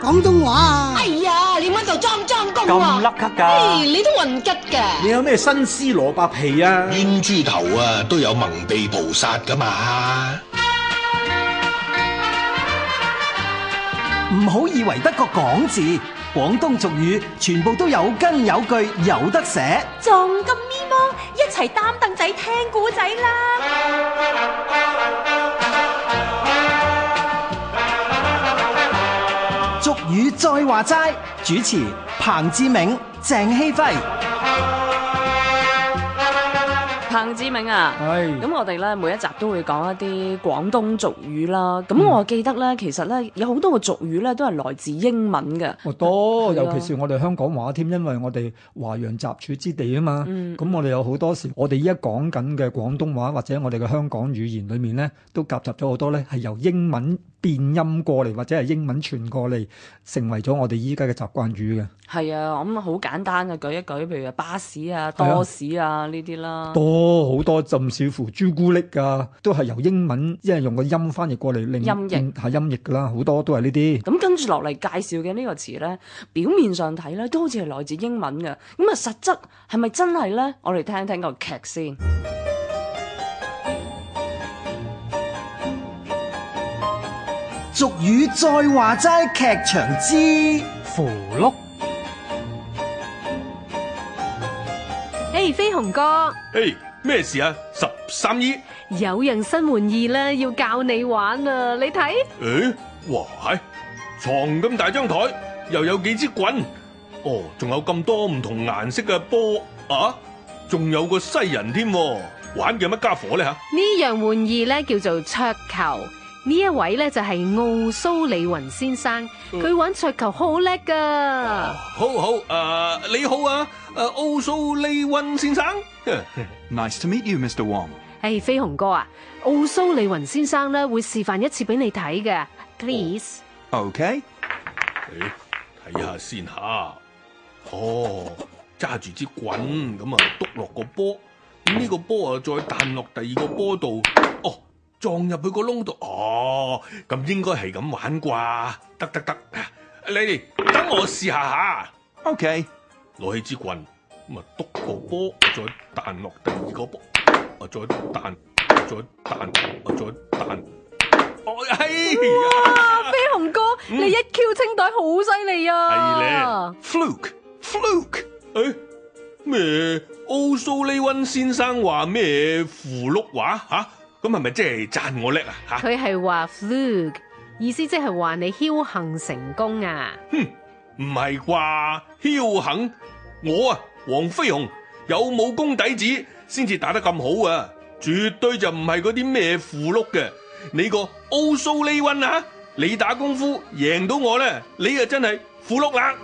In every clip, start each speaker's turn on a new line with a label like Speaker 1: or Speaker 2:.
Speaker 1: 廣東話啊！
Speaker 2: 哎呀，你喺度裝裝工
Speaker 3: 咁
Speaker 2: 啊
Speaker 3: 甩？咳
Speaker 2: 哎，
Speaker 3: 㗎，
Speaker 2: 你都混吉嘅。
Speaker 4: 你有咩新絲蘿蔔皮啊？
Speaker 5: 冤豬頭啊，都有蒙蔽菩薩噶嘛。
Speaker 6: 唔好以為得個講字，廣東俗語全部都有根有據，有得寫。
Speaker 7: 仲咁咪麼？一齊擔凳仔聽古仔啦！
Speaker 6: 俗語再話齋，主持彭志銘、鄭希輝。
Speaker 8: 彭志明啊，
Speaker 4: 係
Speaker 8: 咁我哋咧每一集都會講一啲廣東俗語啦。
Speaker 9: 嗯
Speaker 8: 咁我記得咧，其實咧有好多個俗語咧都係來自英文嘅。
Speaker 9: 我多，
Speaker 8: 係啊
Speaker 9: 尤其是我哋香港話添，因為我哋華洋雜處之地啊嘛。
Speaker 8: 嗯
Speaker 9: 咁、我哋有好多時，我哋依家講緊嘅廣東話或者我哋嘅香港語言裏面咧，都夾雜咗好多咧係由英文變音過嚟，或者係英文傳過嚟，成為咗我哋依家嘅習慣語嘅。
Speaker 8: 係啊，咁好簡單嘅舉一舉，譬如話巴士啊、
Speaker 9: 係啊
Speaker 8: 多士啊呢啲啦。
Speaker 9: 多好多，甚至乎朱古力啊，都係由英文即係用個音翻譯過嚟，令
Speaker 8: 音譯
Speaker 9: 變係音譯㗎啦，好多都係呢啲。
Speaker 8: 咁跟住落嚟介紹嘅呢個詞呢，表面上睇呢都好似係來自英文嘅，咁啊實質係咪真係呢？我哋聽一聽個劇先。
Speaker 6: 俗語再話齋，劇場之
Speaker 3: 符碌
Speaker 10: 嘿，飛鴻哥，
Speaker 11: 嘿，咩事啊？十三姨，
Speaker 10: 有樣新玩意咧，要教你玩啊！你睇，
Speaker 11: 诶、哇，係床咁大張台，又有幾支棍，哦，仲有咁多唔同顏色嘅波啊，仲有個西人添、喎，玩嘅乜家伙咧吓？
Speaker 10: 呢樣玩意咧叫做桌球。呢一位咧就係奧蘇利雲先生，佢玩桌球好叻噶。
Speaker 11: 好好，诶、你好啊，诶、奧蘇利温先生，
Speaker 12: Nice to meet you, Mr. Wong.
Speaker 10: 诶，飛鴻哥啊，奧蘇利雲先生咧會示範一次俾你睇嘅，please。
Speaker 12: Okay.
Speaker 11: 誒睇下先吓，哦，揸住支棍咁啊，篤落個波，咁呢個波啊再彈落第二個波度，哦，撞入去個窿度，哦，咁應該係咁玩啩，得得得，你哋等我試下吓，
Speaker 12: Okay.
Speaker 11: 攞起支棍，咁啊篤個波，再彈落第二個波，啊再彈，再彈，啊再彈，哦，哎呀，
Speaker 10: 飛鴻哥，你一 Q 清袋好犀利
Speaker 11: 係咧
Speaker 10: 啊！
Speaker 11: fluke fluke，诶咩？奧蘇利温先生話咩符碌話吓？咁係咪即係讚我叻啊吓？
Speaker 10: 佢係話 fluke，意思即係話你僥倖成功啊！
Speaker 11: 唔係啩？僥倖我啊，黃飛鴻有武功底子先至打得咁好啊，絕對就唔係嗰啲咩符碌嘅。你個奧蘇利温啊，你打功夫贏到我咧，你啊真係符碌啦！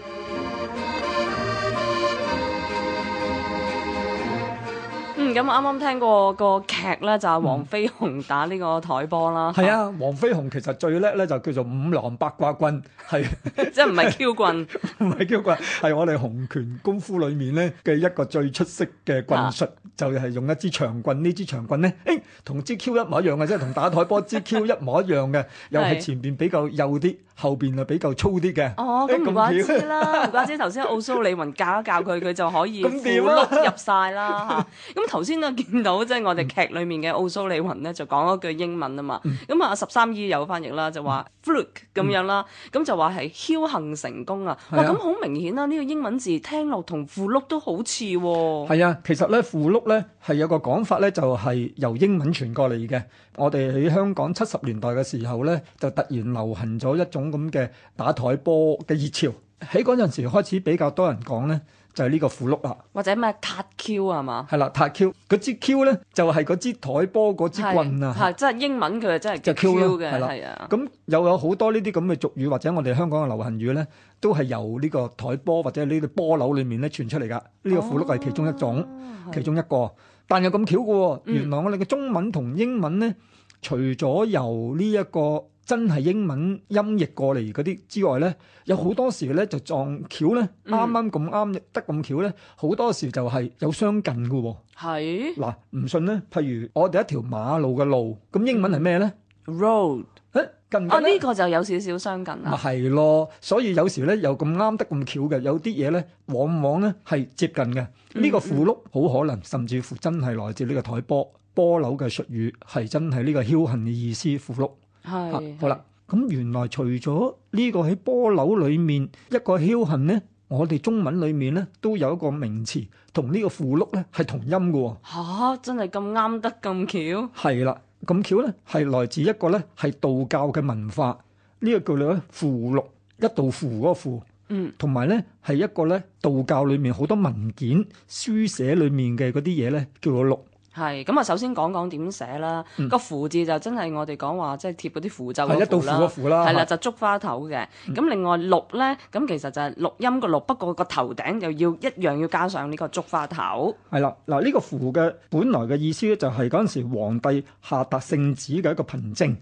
Speaker 8: 嗯，咁啱啱聽過個劇呢，就係黃飛鴻打呢個台波啦，
Speaker 9: 係，啊，黃飛鴻其實最叻咧就叫做五郎八卦棍，係。
Speaker 8: 即係唔係 Q 棍，
Speaker 9: 唔係叫棍，係我哋洪拳功夫裏面咧嘅一個最出色嘅棍
Speaker 8: 啊
Speaker 9: 術，就係用一支長棍。呢支 長棍咧，誒同支 Q 一模一樣嘅，即係同打台波支 Q 一模一樣嘅，又係
Speaker 8: 係
Speaker 9: 前邊比較幼啲，後邊啊比較粗啲嘅。
Speaker 8: 哦，
Speaker 9: 誒
Speaker 8: 咁唔怪
Speaker 9: 巧
Speaker 8: 之 啦，唔怪之頭先奧蘇利雲教一教佢，佢就可以
Speaker 9: 咁
Speaker 8: 符
Speaker 9: 掂啊
Speaker 8: 碌入晒啦 嚇。咁頭先都見到即係我哋劇裏面嘅奧蘇利雲咧，就講一句英文啊嘛。
Speaker 9: 嗯
Speaker 8: 咁啊十三姨有翻譯啦，就話 fluke 咁樣啦，咁就話係僥倖成功啊。
Speaker 9: 嗯係
Speaker 8: 哇，
Speaker 9: 啊
Speaker 8: 咁好明顯啦，呢個英文字聽落同符碌都好似喎。
Speaker 9: 係啊，其實咧符碌咧係有個講法咧，就係、由英文傳過嚟嘅。我哋喺香港七十年代嘅時候咧，就突然流行咗一種咁嘅打台波嘅熱潮。喺嗰陣時開始比較多人講咧，就係、呢個符碌啦。
Speaker 8: 或者咩塔 Q 啊係嘛？
Speaker 9: 係啦，塔 Q 嗰支 Q 咧就係嗰支台波嗰支棍
Speaker 8: 係係
Speaker 9: 啊，
Speaker 8: 即係英文佢真係叫
Speaker 9: 就 Q 啦
Speaker 8: Q 嘅，
Speaker 9: 係啦
Speaker 8: 係啊。
Speaker 9: 咁又有好多呢啲咁嘅俗語或者我哋香港嘅流行語咧，都係由呢個台波或者呢啲波樓裡面咧傳出嚟噶。呢、個符碌係其中一種，
Speaker 8: 哦
Speaker 9: 其中一個。但又咁巧嘅喎，
Speaker 8: 嗯
Speaker 9: 原來我哋嘅中文同英文咧，除咗由呢、一個真係英文音譯過嚟嗰啲之外咧，有好多時咧就撞巧咧，
Speaker 8: 嗯
Speaker 9: 啱啱咁啱得咁巧咧，好多時就係有相近嘅喎。
Speaker 8: 係
Speaker 9: 嗱，唔信咧，譬如我哋一條馬路嘅路，咁英文係咩咧？
Speaker 8: road
Speaker 9: 誒近唔
Speaker 8: 哦，
Speaker 9: 近
Speaker 8: 呢
Speaker 9: 咧？啊
Speaker 8: 個就有少少相近
Speaker 9: 咪
Speaker 8: 啦。
Speaker 9: 係咯，所以有時咧又咁啱得咁巧嘅，有啲嘢咧往往咧係接近嘅。呢個符碌好可能甚至乎真係來自呢個台波波樓嘅術語，係真係呢個僥倖嘅意思符碌。啊
Speaker 8: 係
Speaker 9: 好啦，咁原來除咗呢個喺波樓裏面一個僥倖咧，我哋中文裏面咧都有一個名詞同呢個符碌咧係同音嘅喎。
Speaker 8: 吓，真係咁啱得咁巧。
Speaker 9: 係啦，咁巧咧係來自一個咧係道教嘅文化，呢、個叫做咧符錄，一道符嗰個符。
Speaker 8: 嗯，
Speaker 9: 同埋咧係一個咧道教裏面好多文件書寫裏面嘅嗰啲嘢咧叫做錄。
Speaker 8: 係咁啊，首先講講點寫啦。個符字就真係我哋講話即係貼嗰啲符咒
Speaker 9: 嗯係一道
Speaker 8: 嗰
Speaker 9: 符
Speaker 8: 符啦
Speaker 9: 個。符啦。嗯
Speaker 8: 係啦，就竹花頭嘅。咁另外六咧，咁其實就係錄音個錄，不過個頭頂又要一樣要加上呢個竹花頭。
Speaker 9: 係啦，嗱呢個符嘅本來嘅意思咧，就係嗰陣時皇帝下達聖旨嘅一個憑證。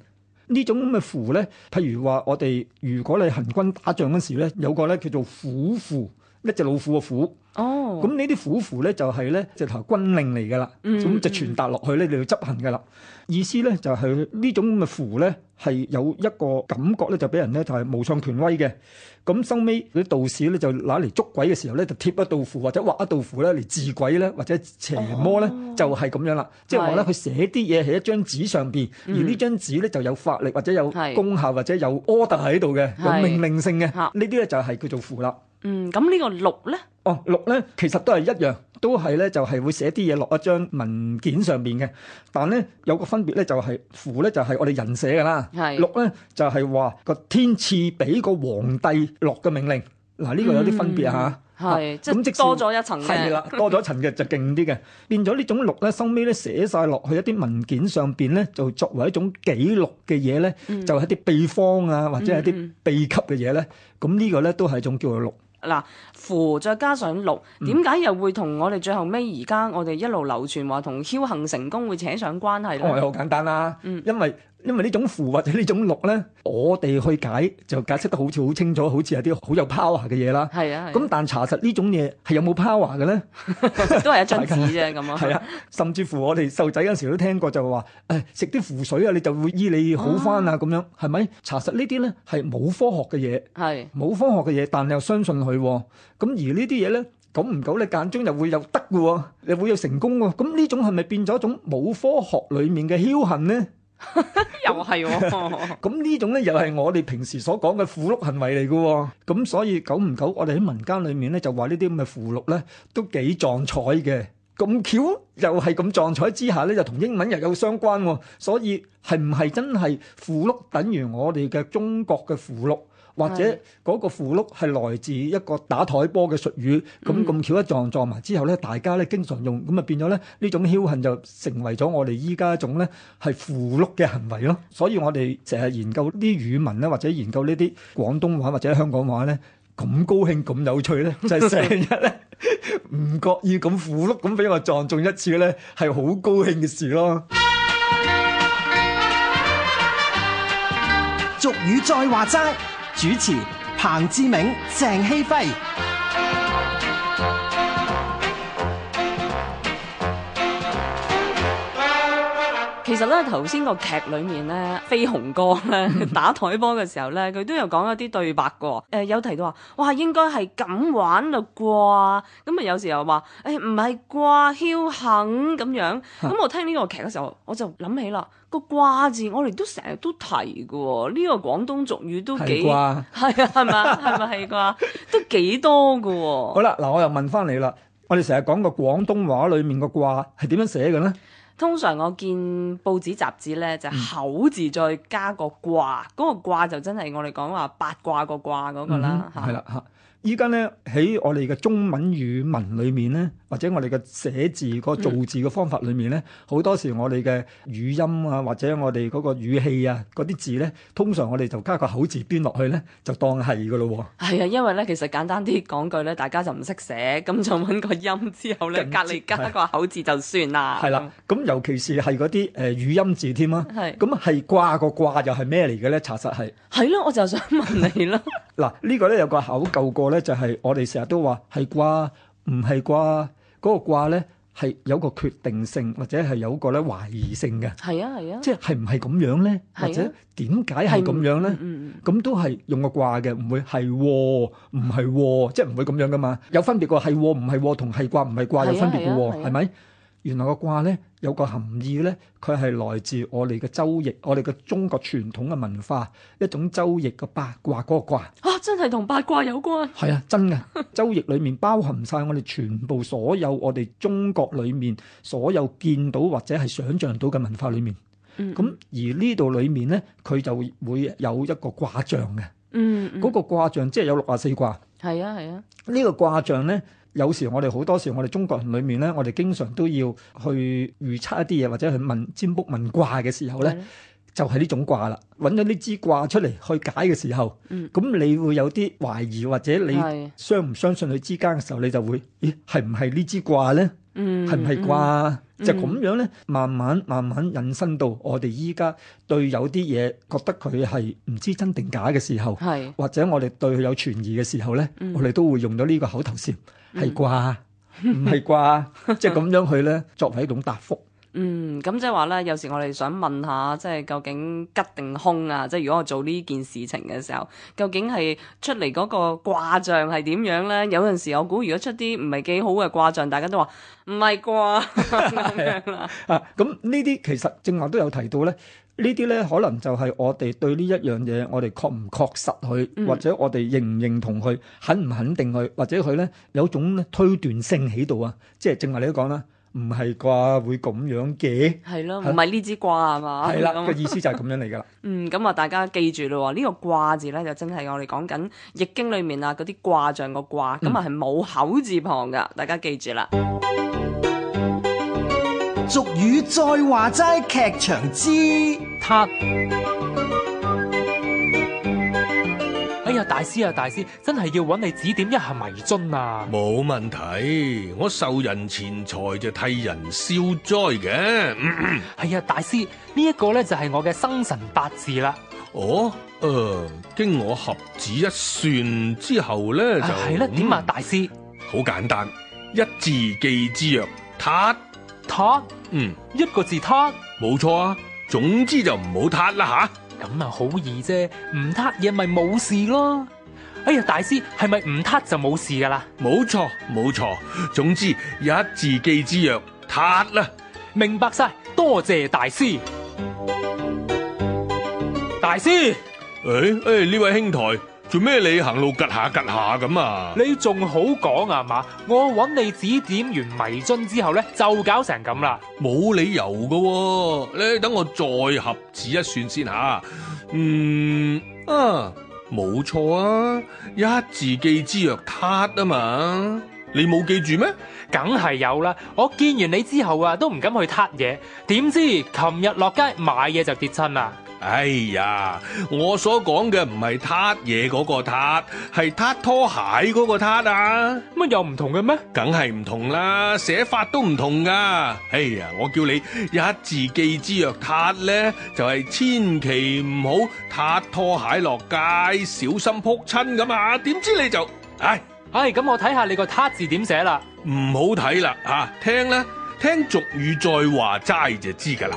Speaker 9: 呢種咁嘅符咧，譬如話我哋如果你行軍打仗嗰時咧，有個咧叫做虎符，一隻老虎嘅虎。
Speaker 8: 哦，
Speaker 9: 咁呢啲虎符咧就係咧直頭軍令嚟㗎啦，
Speaker 8: 嗯
Speaker 9: 咁就傳達落去咧，你要執行㗎啦。意思咧就係呢種咁嘅符咧係有一個感覺咧，就俾人咧就係無上權威嘅。咁收尾啲道士咧就攞嚟捉鬼嘅時候咧，就貼一道符或者畫一道符咧嚟治鬼咧，或者邪魔咧、就係咁樣啦。即係話咧，
Speaker 8: 哦係嗯
Speaker 9: 佢寫啲嘢喺一張紙上邊，而呢張紙咧就有法力或者有
Speaker 8: 係
Speaker 9: 功效或者有 order 喺度嘅，
Speaker 8: 係
Speaker 9: 有命令性嘅。
Speaker 8: 嚇
Speaker 9: 呢啲咧就係叫做符啦。
Speaker 8: 嗯，咁呢個六咧，
Speaker 9: 哦，六咧其實都係一樣，都係咧就係、會寫啲嘢落一張文件上邊嘅，但咧有個分別咧就係、符咧就係、我哋人寫㗎啦，
Speaker 8: 係
Speaker 9: 六咧就係話個天賜俾個皇帝落嘅命令，嗱呢、個有啲分別啊嚇。
Speaker 8: 嗯係即
Speaker 9: 咁即
Speaker 8: 係
Speaker 9: 使
Speaker 8: 多咗一層
Speaker 9: 係
Speaker 8: 嘅。
Speaker 9: 啦，多咗一層嘅就勁啲嘅，變咗呢種錄咧，收尾咧寫晒落去一啲文件上邊咧，就作為一種記錄嘅嘢咧，
Speaker 8: 嗯
Speaker 9: 就係一啲秘方啊，或者係一啲秘笈嘅嘢咧，咁呢個咧都係一種叫做錄。
Speaker 8: 嗱，符再加上六，
Speaker 9: 嗯
Speaker 8: 點解又會同我哋最後尾而家我哋一路流傳話同僥倖成功會扯上關係
Speaker 9: 我係
Speaker 8: 咧？
Speaker 9: 好簡單啦，
Speaker 8: 嗯
Speaker 9: 因為因為呢種符或者呢種錄咧，我哋去解就解釋得好似好清楚，好似係啲好有 power 嘅嘢啦。
Speaker 8: 係啊，
Speaker 9: 咁
Speaker 8: 咁
Speaker 9: 但查實呢種嘢係有冇 power 嘅咧？
Speaker 8: 都係一張紙啫，咁啊。
Speaker 9: 係啊，甚至乎我哋細路仔嗰陣時都聽過就話，誒食啲符水啊，你就會醫你好翻
Speaker 8: 嗯
Speaker 9: 啊咁樣，係咪？查實呢啲咧係冇科學嘅嘢，
Speaker 8: 係
Speaker 9: 冇科學嘅嘢，但你又相信佢喎。咁而呢啲嘢咧，久唔久你間中又會有得嘅喎，又會有成功喎。咁呢種係咪變咗一種冇科學裡面嘅僥倖咧？
Speaker 8: 又係喎，
Speaker 9: 咁呢種咧又係我哋平時所講嘅符碌行為嚟嘅喎，咁所以久唔久我哋喺民間裏面咧就話呢啲咁嘅符碌咧都幾撞彩嘅，咁巧又係咁撞彩之下咧就同英文又有相關喎，所以係唔係真係符碌等於我哋嘅中國嘅符碌？或者
Speaker 8: 係
Speaker 9: 嗰個符碌係來自一個打台波嘅術語，咁咁巧一撞撞埋之後咧，大家咧經常用，咁啊變咗咧呢種僥倖就成為咗我哋依家一種咧係符碌嘅行為咯。所以我哋成日研究啲語文咧，或者研究呢啲廣東話或者香港話咧，咁高興咁有趣咧，就係成日咧唔覺意咁符碌咁俾我撞中一次咧，係好高興嘅事咯。
Speaker 6: 俗語再話齋，主持彭志銘、鄭希輝。
Speaker 8: 其實咧頭先個劇裡面咧，飛鴻哥 咧打台波嘅時候咧，佢都有講一啲對白嘅喎、誒有提到話，哇應該係咁玩嘞啩，咁啊有時又話，誒唔係啩僥倖咁樣，咁我聽呢個劇嘅時候，我就諗起啦，個掛字我哋都成日都提嘅喎，呢、個廣東俗語都
Speaker 9: 係
Speaker 8: 幾
Speaker 9: 啩？
Speaker 8: 係啊，係咪啊係咪係啩？都幾多嘅
Speaker 9: 好
Speaker 8: 喎。
Speaker 9: 啦，嗱我又問翻你啦，我哋成日講個廣東話裡面個卦係點樣寫嘅咧？
Speaker 8: 通常我見報紙雜誌咧，就口字再加個卦，嗰、個卦就真係我哋講話八卦個卦嗰個啦
Speaker 9: 嗯
Speaker 8: 嚇。
Speaker 9: 係啦嚇。依家咧喺我哋嘅中文語文裏面咧，或者我哋嘅寫字嗰個造字嘅方法裏面咧，好、多時我哋嘅語音啊，或者我哋嗰個語氣啊，嗰啲字咧，通常我哋就加個口字邊落去咧，就當係噶咯
Speaker 8: 係啊，因為咧其實簡單啲講句咧，大家就唔識寫，咁就揾個音之後咧，
Speaker 9: 近
Speaker 8: 隔離加個口字就算啦。
Speaker 9: 喎。係啦，咁尤其是係嗰啲誒語音字添啊。
Speaker 8: 啊係
Speaker 9: 咁係掛個掛又係咩嚟嘅咧？查實係。
Speaker 8: 係咯，我就想問你啦，
Speaker 9: 嗱，呢個咧有個考究過咧，就係我哋成日都話係卦，唔係卦，嗰個卦咧係有個決定性或者係有個咧懷疑性嘅，
Speaker 8: 係啊係啊，
Speaker 9: 即係係唔係咁樣咧，
Speaker 8: 係啊
Speaker 9: 或者點解係咁樣咧？
Speaker 8: 嗯嗯
Speaker 9: 咁都係用個卦嘅，唔會係喎，唔係喎，即係唔會咁樣噶嘛。有分別個係喎，唔係喎，同係卦唔係卦
Speaker 8: 係啊
Speaker 9: 有分別
Speaker 8: 係
Speaker 9: 嘅
Speaker 8: 啊係
Speaker 9: 喎，
Speaker 8: 啊
Speaker 9: 係咪？原來個卦咧有個含義咧，佢係來自我哋嘅周易，我哋嘅中國傳統嘅文化一種周易嘅八卦嗰個卦。
Speaker 8: 啊真係同八卦有關，
Speaker 9: 係啊，真嘅。 周易裏面包含晒我哋全部所有我哋中國裏面所有見到或者係想像到嘅文化裏面。
Speaker 8: 嗯
Speaker 9: 咁而呢度裏面咧，佢就會有一個卦象嘅。
Speaker 8: 嗯嗯
Speaker 9: 嗰個卦象即係有六啊四卦。
Speaker 8: 係啊係啊，
Speaker 9: 呢、個卦象咧，有時我哋好多時我哋中國人裏面咧，我哋經常都要去預測一啲嘢，或者去問占卜問卦嘅時候
Speaker 8: 係
Speaker 9: 咧
Speaker 8: 咯，
Speaker 9: 就係呢種卦啦。揾咗呢支卦出嚟去解嘅時候，咁、
Speaker 8: 嗯
Speaker 9: 你會有啲懷疑，或者
Speaker 8: 係
Speaker 9: 你相唔相信佢之間嘅時候，你就會咦係唔係呢支卦咧？
Speaker 8: 嗯
Speaker 9: 係唔係？啩？就咁樣咧，慢慢慢慢引申到我哋依家對有啲嘢覺得佢係唔知真定假嘅時候，
Speaker 8: 係
Speaker 9: 或者我哋對佢有存疑嘅時候咧，我哋都會用到呢個口頭禪，係啩？唔係啩？即係咁樣去咧，作為一種答覆。
Speaker 8: 嗯，咁即係話咧，有時我哋想問下，即係究竟吉定凶啊？即係如果我做呢件事情嘅時候，究竟係出嚟嗰個卦象係點樣咧？有陣時我估，如果出啲唔係幾好嘅卦象，大家都話唔係啩咁樣啦。
Speaker 9: 啊，咁呢啲其實正話都有提到咧，呢啲咧可能就係我哋對呢一樣嘢，我哋確唔確實佢，或者我哋認唔認同佢，肯唔肯定佢，或者佢咧有種咧推斷性喺度啊，即係正話你都講啦，唔係啩會咁樣嘅，
Speaker 8: 係咯，
Speaker 9: 係
Speaker 8: 唔係呢支卦係啊嘛？
Speaker 9: 係啦
Speaker 8: 咁
Speaker 9: 個意思就係咁樣嚟㗎啦。
Speaker 8: 嗯，咁啊，大家記住咯喎，呢、個卦字咧就真係我哋講緊易經裏面啊嗰啲卦象個卦，咁啊係冇口字旁噶，大家記住啦。
Speaker 6: 俗語再話齋劇場之
Speaker 1: 他。哎呀，大師啊，大師，真係要揾你指點一下迷津啊！
Speaker 11: 冇問題，我受人錢財就替人消災嘅。 嗯
Speaker 1: 哎呀，大師，呢、一個呢就係我嘅生辰八字啦。
Speaker 11: 哦，誒、經我合指一算之後咧，就
Speaker 1: 啊係啦，點啊，
Speaker 11: 嗯
Speaker 1: 大師？
Speaker 11: 好簡單，一字記之曰塔。
Speaker 1: 他
Speaker 11: 嗯，
Speaker 1: 一個字他，
Speaker 11: 冇錯啊。總之就唔好塔啦
Speaker 1: 咁啊好易啫，唔撻嘢咪冇事咯。哎呀，大師，係咪唔撻就冇事噶啦？
Speaker 11: 吓，冇錯冇錯。總之一字記之曰塔啦。
Speaker 1: 明白晒，多謝大師。大師，
Speaker 11: 誒誒，呢位兄台，做咩你行路趌下趌下咁啊？
Speaker 1: 你仲好講啊嘛？我揾你指點完迷津之後呢，就搞成咁啦。
Speaker 11: 冇理由噶、喎，你等我再合指一算先吓。嗯啊，冇錯啊，一字記之曰撻啊嘛，你冇記住咩？
Speaker 1: 梗係有啦！我見完你之後啊，都唔敢去撻嘢。點知琴日落街買嘢就跌親啦。
Speaker 11: 哎呀，我所講嘅唔係撻嘢嗰個撻，係撻拖鞋嗰個撻啊，
Speaker 1: 乜又唔同嘅咩？
Speaker 11: 梗係唔同啦，寫法都唔同噶。哎呀，我叫你一字記之曰撻咧，就係、千祈唔好撻拖鞋落街，小心撲親咁啊！點知你就，唉、
Speaker 1: 唉、咁我睇下你個撻字點寫啦。
Speaker 11: 唔好睇啦嚇，聽啦，聽俗語再話齋就知㗎啦。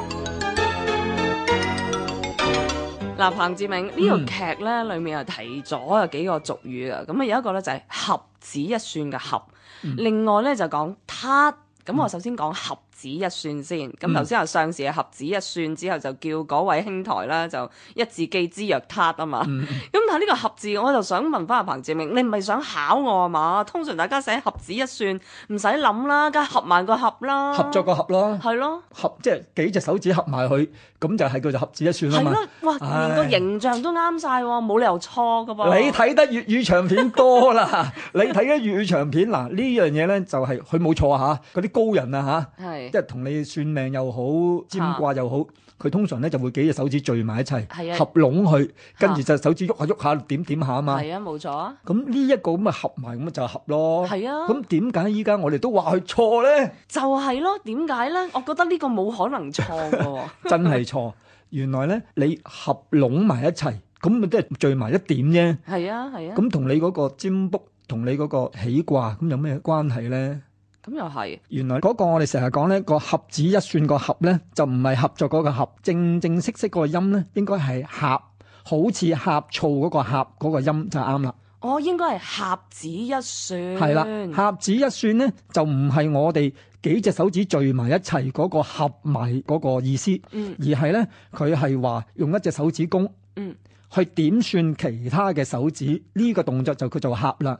Speaker 8: 嗱，彭志明呢
Speaker 9: 嗯
Speaker 8: 個劇咧，裏面又提咗有幾個俗語啊，咁啊有一個咧就係合指一算嘅合，
Speaker 9: 嗯
Speaker 8: 另外咧就講他。咁我首先講合指一算先，
Speaker 9: 嗯
Speaker 8: 咁頭先話上士係合指一算之後就叫嗰位兄台啦，就一字記之曰他啊嘛。咁、
Speaker 9: 嗯
Speaker 8: 但係呢個合字，我就想問翻阿彭志明，你唔係想考我啊嘛？通常大家寫合指一算，唔使諗啦，梗係合埋個合啦，
Speaker 9: 合作個合咯，
Speaker 8: 係咯。
Speaker 9: 合即係幾隻手指合埋佢，咁就係叫做合指一算啊
Speaker 8: 係
Speaker 9: 嘛。
Speaker 8: 咯，哇！連個形象都啱晒喎，冇理由錯噶噃。
Speaker 9: 你睇得粵語長片多啦， 你睇得粵語長片嗱呢樣嘢咧就係佢冇錯嚇，嗰啲高人啊嚇。
Speaker 8: 係
Speaker 9: 即係同你算命又好，占卦又好，佢通常咧就會幾隻手指聚埋一齊，
Speaker 8: 係啊
Speaker 9: 合攏佢，跟住
Speaker 8: 嚇
Speaker 9: 隻手指喐下喐下，點點下啊嘛。
Speaker 8: 係啊，冇錯啊。
Speaker 9: 咁呢一個咁啊合埋咁啊就合咯。
Speaker 8: 係啊
Speaker 9: 咁點解依家我哋都話佢錯咧？
Speaker 8: 就係咯，點解咧？我覺得呢個冇可能錯嘅 喎。
Speaker 9: 真係錯。原來咧你合攏埋一齊，咁咪都係聚埋一點啫。
Speaker 8: 係啊，係啊。
Speaker 9: 咁同你嗰個占卜同你嗰個起卦咁有咩關係咧？
Speaker 8: 咁又係
Speaker 9: 原來嗰個我哋成日講呢個合指一算個合呢，就唔係合作嗰個合，正正式式嗰個音呢，應該係呷，好似呷醋嗰個呷嗰個音就啱啦。
Speaker 8: 我哦應該係合指一算，係
Speaker 9: 係啦，合指一算呢，就唔係我哋幾隻手指聚埋一齊嗰個合埋嗰個意思，
Speaker 8: 嗯
Speaker 9: 而係呢，佢係話用一隻手指公
Speaker 8: 嗯，
Speaker 9: 去點算其他嘅手指，呢、個動作就叫做合
Speaker 8: 哦
Speaker 9: 啦。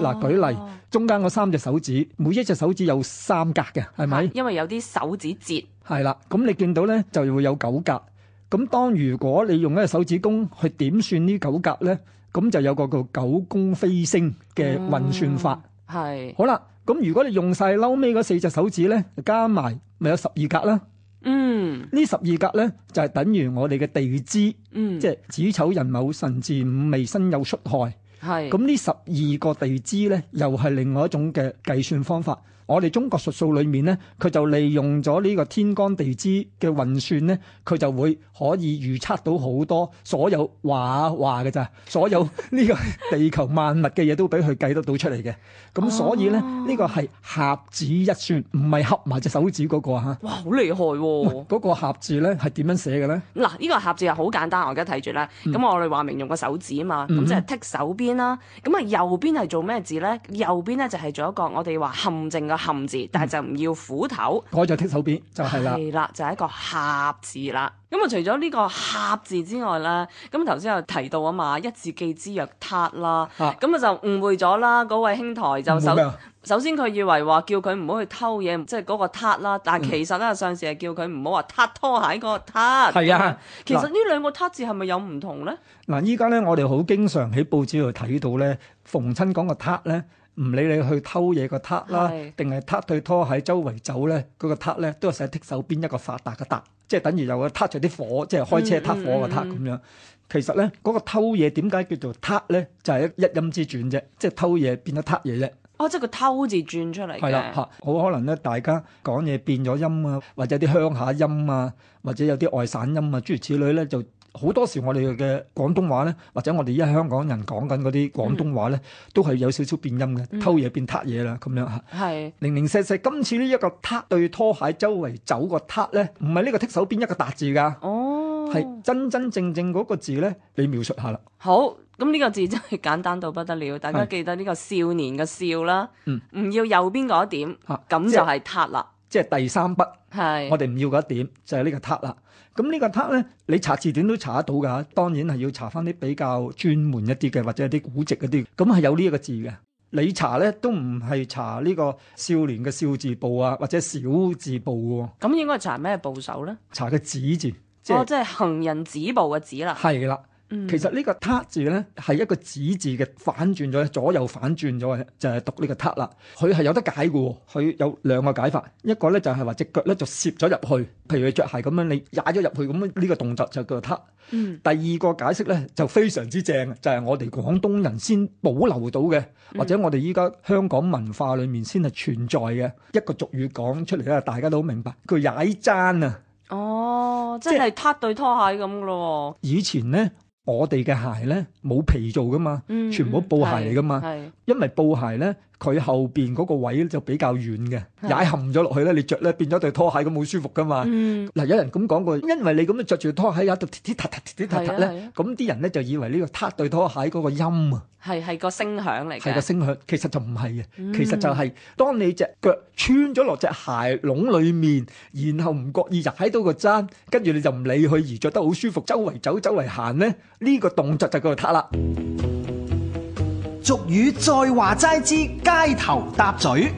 Speaker 9: 嗱、舉例，中間嗰三隻手指，每一隻手指有三格嘅，係咪？
Speaker 8: 因為有啲手指節，
Speaker 9: 係啦，咁你見到咧就會有九格。咁當如果你用一隻手指公去點算呢九格咧，咁就有個叫九宮飛升嘅運算法。
Speaker 8: 嗯係
Speaker 9: 好啦，咁如果你用晒嬲尾嗰四隻手指咧，加埋咪有十二格啦。
Speaker 8: 嗯
Speaker 9: 呢十二格咧就係、等於我哋嘅地支，
Speaker 8: 嗯，
Speaker 9: 即係子丑寅卯辰巳午未申酉戌亥。
Speaker 8: 係
Speaker 9: 咁呢十二個地支咧，又係另外一種嘅計算方法。我哋中國術數裏面咧，佢就利用咗呢個天干地支嘅運算咧，佢就會可以預測到好多所有話啊話嘅咋，所 有呢個地球萬物嘅嘢都俾佢計得到出嚟嘅。咁所以咧，
Speaker 8: 哦
Speaker 9: 呢個係合指一算，唔係合埋隻手指嗰個嚇。
Speaker 8: 哇，好厲害喎、
Speaker 9: 嗰個合字咧係點樣寫嘅咧？
Speaker 8: 嗱，呢個盒字係好簡單，我而家睇住啦。咁、我哋話明用個手指啊嘛，咁、
Speaker 9: 嗯
Speaker 8: 即係剔手邊啦。咁啊，右邊係做咩字咧？右邊咧就係做一個我哋話陷阱嘅陷字，但係就唔要斧頭。
Speaker 9: 改咗剔手邊就係啦。
Speaker 8: 係啦，就係、一個盒字啦。咁啊，除咗呢個盒字之外咧，咁頭先有提到啊嘛，一字記之若撻啦。
Speaker 9: 啊
Speaker 8: 咁啊就誤會咗啦，嗰位兄台就
Speaker 9: 誤會
Speaker 8: 首
Speaker 9: 咩啊
Speaker 8: 首先佢以為話叫佢唔好去偷嘢，即係嗰個撻啦。
Speaker 9: 嗯
Speaker 8: 但係其實咧，上次係叫佢唔好話撻拖鞋嗰個撻。
Speaker 9: 係啊
Speaker 8: 其實
Speaker 9: 嗱
Speaker 8: 呢兩個撻字係咪有唔同咧？
Speaker 9: 嗱，依家咧我哋好經常喺報紙度睇到咧，逢親講個撻咧，唔理你去偷嘢個撻啦
Speaker 8: 係，
Speaker 9: 定係撻對拖喺周圍走咧，嗰、個撻咧都係寫剔手邊一個發達嘅達，即係等於有個撻着啲火，即係開車撻火個撻咁樣。其實咧，嗰、個偷嘢點解叫做撻咧？就係、一音之轉啫，即係偷嘢變咗撻嘢啫。
Speaker 8: 哦，即係個偷字轉出嚟嘅。
Speaker 9: 係啦，嚇，好可能咧，大家講嘢變咗音啊，或者有啲鄉下音啊，或者有啲外省音啊，諸如此類咧，就好多時我哋嘅廣東話咧，或者我哋依家香港人講緊嗰啲廣東話咧，
Speaker 8: 嗯
Speaker 9: 都係有少少變音嘅，偷嘢變撻嘢啦，咁樣嚇。
Speaker 8: 係
Speaker 9: 零零舍舍，今次呢一個撻對拖鞋周圍走個撻咧，唔係呢個剔手邊一個達字㗎，
Speaker 8: 哦，
Speaker 9: 係真真正正嗰個字咧，你描述下啦。
Speaker 8: 好。咁呢個字真係簡單到不得了，大家
Speaker 9: 係
Speaker 8: 記得呢個少年嘅少啦，
Speaker 9: 嗯
Speaker 8: 唔要右邊嗰一點，
Speaker 9: 嚇
Speaker 8: 咁
Speaker 9: 即
Speaker 8: 就
Speaker 9: 係
Speaker 8: 係撻啦，
Speaker 9: 即係第三筆。
Speaker 8: 係。
Speaker 9: 我哋唔要嗰一點就係、呢個塔啦。咁呢個塔咧，你查字典都查得到㗎，當然係要查翻啲比較專門一啲嘅，或者係啲古籍嗰啲，咁係有呢一個字嘅。你查咧都唔係查呢個少年嘅少字部啊，或者小字部喎，
Speaker 8: 咁應該查咩部首咧？
Speaker 9: 查嘅子字，即
Speaker 8: 哦，
Speaker 9: 係
Speaker 8: 即係行人止步嘅止啦。
Speaker 9: 係啦。
Speaker 8: 嗯
Speaker 9: 其實呢個塔字咧係一個子字嘅反轉咗，左右反轉咗嘅，就係、讀呢個塔啦。佢係有得解嘅喎，佢有兩個解法，一個咧就係話只腳咧就攝咗入去，譬如你着鞋咁樣，你踩咗入去咁樣，呢個動作就叫做塔。
Speaker 8: 嗯
Speaker 9: 第二個解釋咧就非常之正，就係、我哋廣東人先保留到嘅，或者我哋依家香港文化裡面先係存在嘅一個俗語講出嚟咧，大家都好明白，叫踩踭啊。
Speaker 8: 哦，即
Speaker 9: 即
Speaker 8: 係
Speaker 9: 係
Speaker 8: 撻對拖鞋咁咯
Speaker 9: 以前咧，我哋嘅鞋咧冇皮做噶嘛，
Speaker 8: 喎。
Speaker 9: 全部都布鞋嚟噶嘛。
Speaker 8: 嗯係
Speaker 9: 因為布鞋咧，佢後邊嗰個位就比較軟嘅，
Speaker 8: 係
Speaker 9: 踩陷咗落去咧，你着咧變咗對拖鞋咁好舒服噶嘛。
Speaker 8: 嗯，
Speaker 9: 嗱，有人咁講過，因為你咁樣着住拖鞋喺度踢踢踏踏踢踢踏
Speaker 8: 係
Speaker 9: 踏
Speaker 8: 啊
Speaker 9: 咧，咁啲人咧就以為呢個踏對拖鞋嗰個音啊，
Speaker 8: 係係個聲響嚟
Speaker 9: 係個
Speaker 8: 嘅。
Speaker 9: 聲響，其實就唔係嘅，其實就係當你隻腳穿咗落隻鞋籠裏面，然後唔覺意踩到個踭，跟住你就唔理佢而着得好舒服，周圍走周圍行咧，呢個動作就叫做踏啦。
Speaker 6: 俗語再話齋之街頭搭嘴，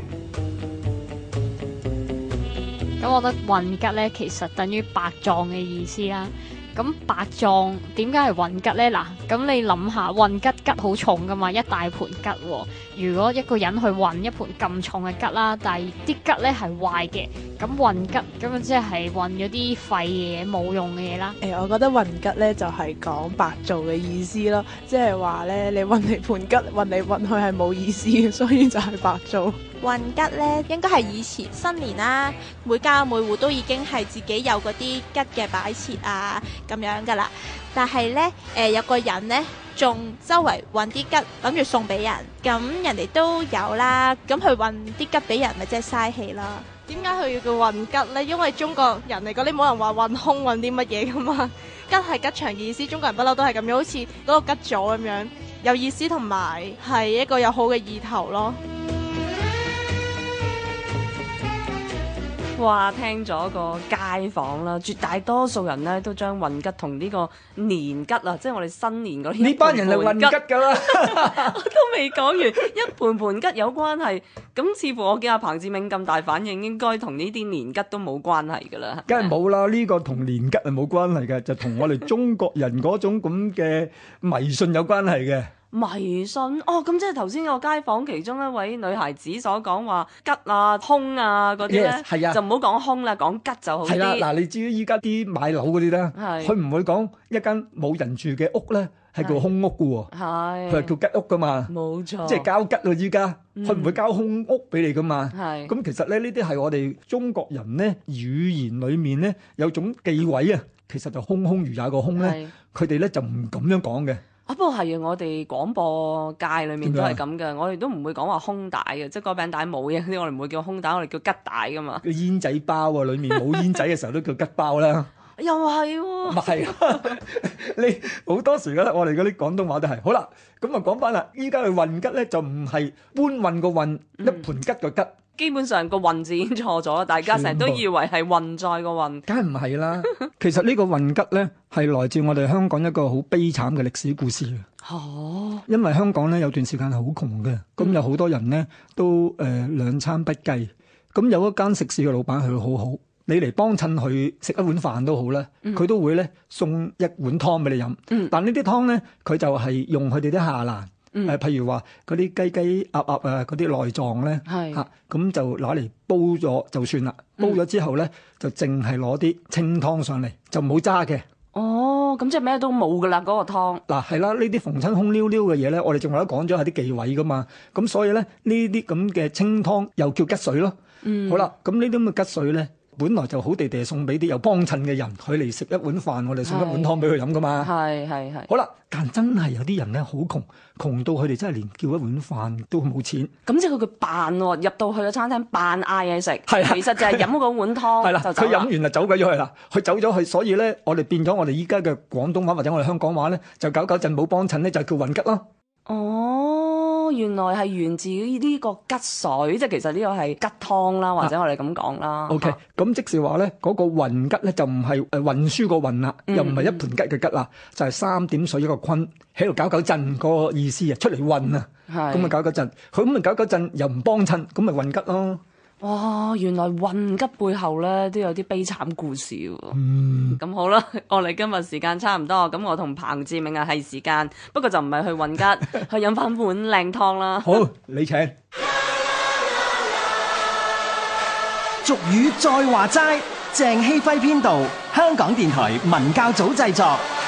Speaker 3: 咁我覺得混吉咧，其實等於啊白撞嘅意思啦。咁白撞點解係混吉咧？嗱，咁你諗下，混吉吉好重噶嘛，一大盤吉喎、如果一個人去混一盤咁重嘅吉啦，但係啲吉咧係壞嘅，咁混吉咁啊，即係混咗啲廢嘢、冇用嘅嘢啦。
Speaker 13: 誒、我覺得運吉咧就係、講白做嘅意思咯，即係話咧，你運嚟盤吉，運嚟運去係冇意思嘅，所以就係白做。
Speaker 14: 運吉呢，應該係以前新年啦，每家每戶都已經係自己有嗰啲吉嘅擺設啊，咁樣噶啦。但係呢，誒、有個人呢，中，周圍揾啲吉，諗住送俾人，咁人哋都有啦，咁佢運啲吉俾人，咪即係嘥氣啦。
Speaker 15: 點解佢要叫運吉呢？因為中國人嚟講，你冇人話運空運啲乜嘢噶嘛。 吉係吉祥嘅意思，中國人不嬲都係咁樣，好似嗰個吉咗咁樣，有意思同埋係一個有好嘅意頭咯。
Speaker 8: 哇！聽咗個街坊啦，絕大多數人咧都將運吉同呢個年吉啊，即係我哋新年嗰啲
Speaker 9: 呢班人係運吉㗎啦，
Speaker 8: 我都未講完，一盤盤吉有關係。咁似乎我見阿彭志銘咁大反應，應該同呢啲年吉都冇關係㗎啦。
Speaker 9: 梗係冇啦，呢、個同年吉係冇關係嘅，就同我哋中國人嗰種咁嘅迷信有關係嘅。
Speaker 8: 迷信哦，咁即係頭先個街坊其中一位女孩子所講話吉啊、空啊嗰啲咧
Speaker 9: Yes，係啊
Speaker 8: 就唔好講空啦，講吉就好
Speaker 9: 係啦，
Speaker 8: 啲。
Speaker 9: 嗱，你至於依家啲買樓嗰啲咧，
Speaker 8: 係
Speaker 9: 佢唔會講一間冇人住嘅屋咧係叫空屋嘅喎，
Speaker 8: 係
Speaker 9: 佢係叫吉屋噶嘛，
Speaker 8: 冇錯，
Speaker 9: 即係交吉咯依家，
Speaker 8: 嗯
Speaker 9: 佢唔會交空屋俾你噶嘛。
Speaker 8: 係
Speaker 9: 咁其實咧，呢啲係我哋中國人咧語言裡面咧有種忌諱啊，其實就空空如也個空
Speaker 8: 係
Speaker 9: 咧，佢哋咧就唔咁樣講嘅。
Speaker 8: 啊，不過係啊，我哋廣播界裏面都係
Speaker 9: 點
Speaker 8: 咁嘅，我哋都唔會講話空帶嘅，即係嗰餅帶冇嘢嗰啲，我哋唔會叫空帶，我哋叫吉帶噶嘛。
Speaker 9: 個煙仔包啊，裡面冇煙仔嘅時候都叫吉包啦。
Speaker 8: 又係喎，
Speaker 9: 咪係咯， 你好多時咧，我哋嗰啲廣東話都係。好啦，咁啊講翻啦，依家嘅運吉咧就唔係搬運個運，一盤吉個吉，
Speaker 8: 基本上個運字已經錯咗啦，大家成日都
Speaker 9: 全部
Speaker 8: 以為係運載個運。
Speaker 9: 梗係唔係啦。其實呢個運吉咧係來自我哋香港一個好悲慘嘅歷史故事嘅。
Speaker 8: 哦，
Speaker 9: 因為香港咧有段時間係好窮嘅，
Speaker 6: 嗯
Speaker 9: 咁有好多人咧都誒、呃、兩餐不繼。咁有一間食肆嘅老闆佢好好，你嚟幫襯佢食一碗飯都好啦，
Speaker 6: 嗯
Speaker 9: 佢都會咧送一碗湯俾你飲。
Speaker 6: 嗯
Speaker 9: 但呢啲湯咧，佢就係用佢哋啲下欄。
Speaker 6: 嗯
Speaker 9: 誒，譬如話嗰啲雞雞鴨鴨啊，嗰啲內臟咧，
Speaker 8: 係
Speaker 9: 嚇咁就攞嚟煲咗就算啦。煲
Speaker 6: 嗯
Speaker 9: 咗之後咧，就淨係攞啲清湯上嚟，就冇渣嘅。
Speaker 8: 哦，咁即係咩都冇噶啦，嗰個湯。
Speaker 9: 嗱係啦，呢啲逢親空溜溜嘅嘢咧，我哋仲有得講咗係啲忌諱噶嘛，咁所以咧呢啲咁嘅清湯又叫吉水咯。
Speaker 8: 嗯
Speaker 9: 好啦，咁呢啲咁嘅吉水咧，本來就好地地送俾啲有幫襯嘅人，佢嚟食一碗飯，我哋送一碗湯俾佢飲噶嘛。
Speaker 8: 係係係。
Speaker 9: 好啦，但真係有啲人咧好窮，窮到佢哋真係連叫一碗飯都冇錢。
Speaker 8: 咁即係佢佢扮喎，入到去個餐廳扮嗌嘢食，
Speaker 9: 係啦
Speaker 8: 其實就係飲嗰碗湯，
Speaker 9: 係啦，
Speaker 8: 哦就走
Speaker 9: 佢
Speaker 8: 啦
Speaker 9: 飲完就走鬼咗去啦，佢走咗去，所以咧我哋變咗我哋依家嘅廣東話或者我哋香港話咧，就搞搞震冇幫襯咧，就叫運吉咯。
Speaker 8: 哦，原來係源自於呢個吉水，即係其實呢個係吉湯啦，或者我哋咁講啦。
Speaker 9: O K，咁即是話咧，嗰、個運吉咧就唔係誒呃運輸個運啦，
Speaker 8: 嗯
Speaker 9: 又唔係一盤吉嘅吉啦，就係三點水一個坤，喺度搞搞震個意思啊，出嚟運啊，
Speaker 8: 係
Speaker 9: 咁咪搞搞震，佢咁咪搞搞震，又唔幫襯，咁咪運吉咯。
Speaker 8: 哇，原來運吉背後咧都有啲悲慘故事喎。咁好啦， 我哋今日時間差唔多，咁我同彭志明啊係時間，不過就唔係去運吉， 去飲翻碗靚湯啦。
Speaker 9: 好，啊你請。
Speaker 6: 俗語再話齋，鄭希輝編導，香港電台文教組製作。